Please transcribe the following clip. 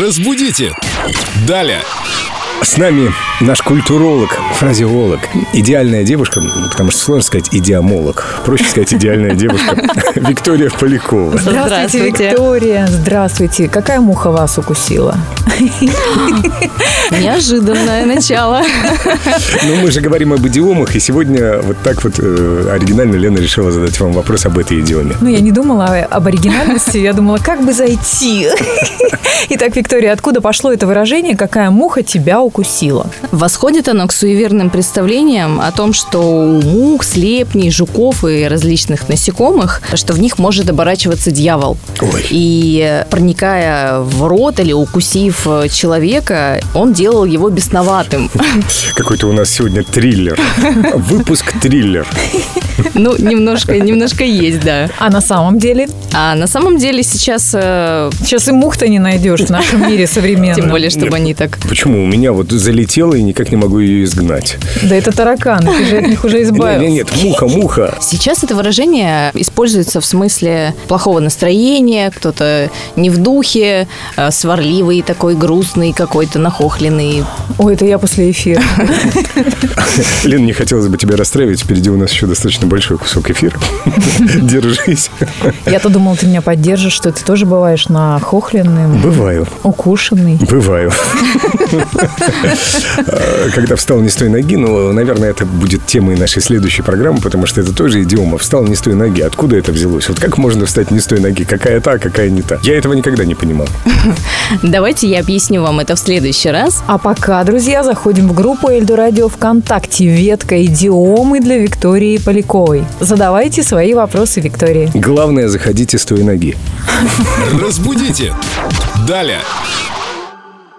Разбудите! Далее! С нами наш культуролог, фразеолог, идеальная девушка, ну, потому что сложно сказать идиомолог, проще сказать идеальная девушка, Виктория Полякова. Здравствуйте, Здравствуйте. Виктория. Здравствуйте. Какая муха вас укусила? Неожиданное начало. Ну, мы же говорим об идиомах, и сегодня вот так вот э, оригинально Лена решила задать вам вопрос об этой идиоме. Ну, я не думала об оригинальности, я думала, как бы зайти. Итак, Виктория, откуда пошло это выражение «какая муха тебя укусила»? Восходит оно к суеверным представлениям о том, что у мух, слепней, жуков и различных насекомых, что в них может оборачиваться дьявол. Ой. И э, проникая в рот или укусив э, человека, он делал его бесноватым. Какой-то у нас сегодня триллер. Выпуск триллер. Ну, немножко, немножко есть, да. А на самом деле? А на самом деле сейчас, э, Сейчас и мух-то не найдешь в нашем мире современном. тем более, чтобы они так... Почему? У меня вот залетела и никак не могу ее изгнать. Да это тараканы, ты же от них уже избавился. Нет, нет, муха, муха. Сейчас это выражение используется в смысле плохого настроения, кто-то не в духе, э, сварливый такой, грустный какой-то, нахохленный. Ой, это я после эфира. Лена, не хотелось бы тебя расстраивать. Впереди у нас еще достаточно большой кусок эфира. Держись. Я-то думала, ты меня поддержишь, что ты тоже бываешь нахохленным, Бываю. укушенный. Бываю. Э, Когда встал не с той ноги, ну, наверное, это будет темой нашей следующей программы, потому что это тоже идиома. Встал не с той ноги. Откуда это взялось? Вот как можно встать не с той ноги? Какая та, какая не та? Я этого никогда не понимал. Давайте я объясню вам это в следующий раз. А пока, друзья, заходим в группу Эльду Радио ВКонтакте «Ветка идиомы» для Виктории Поляковой. Задавайте свои вопросы Виктории. Главное, заходите с той ноги. Разбудите! Далее!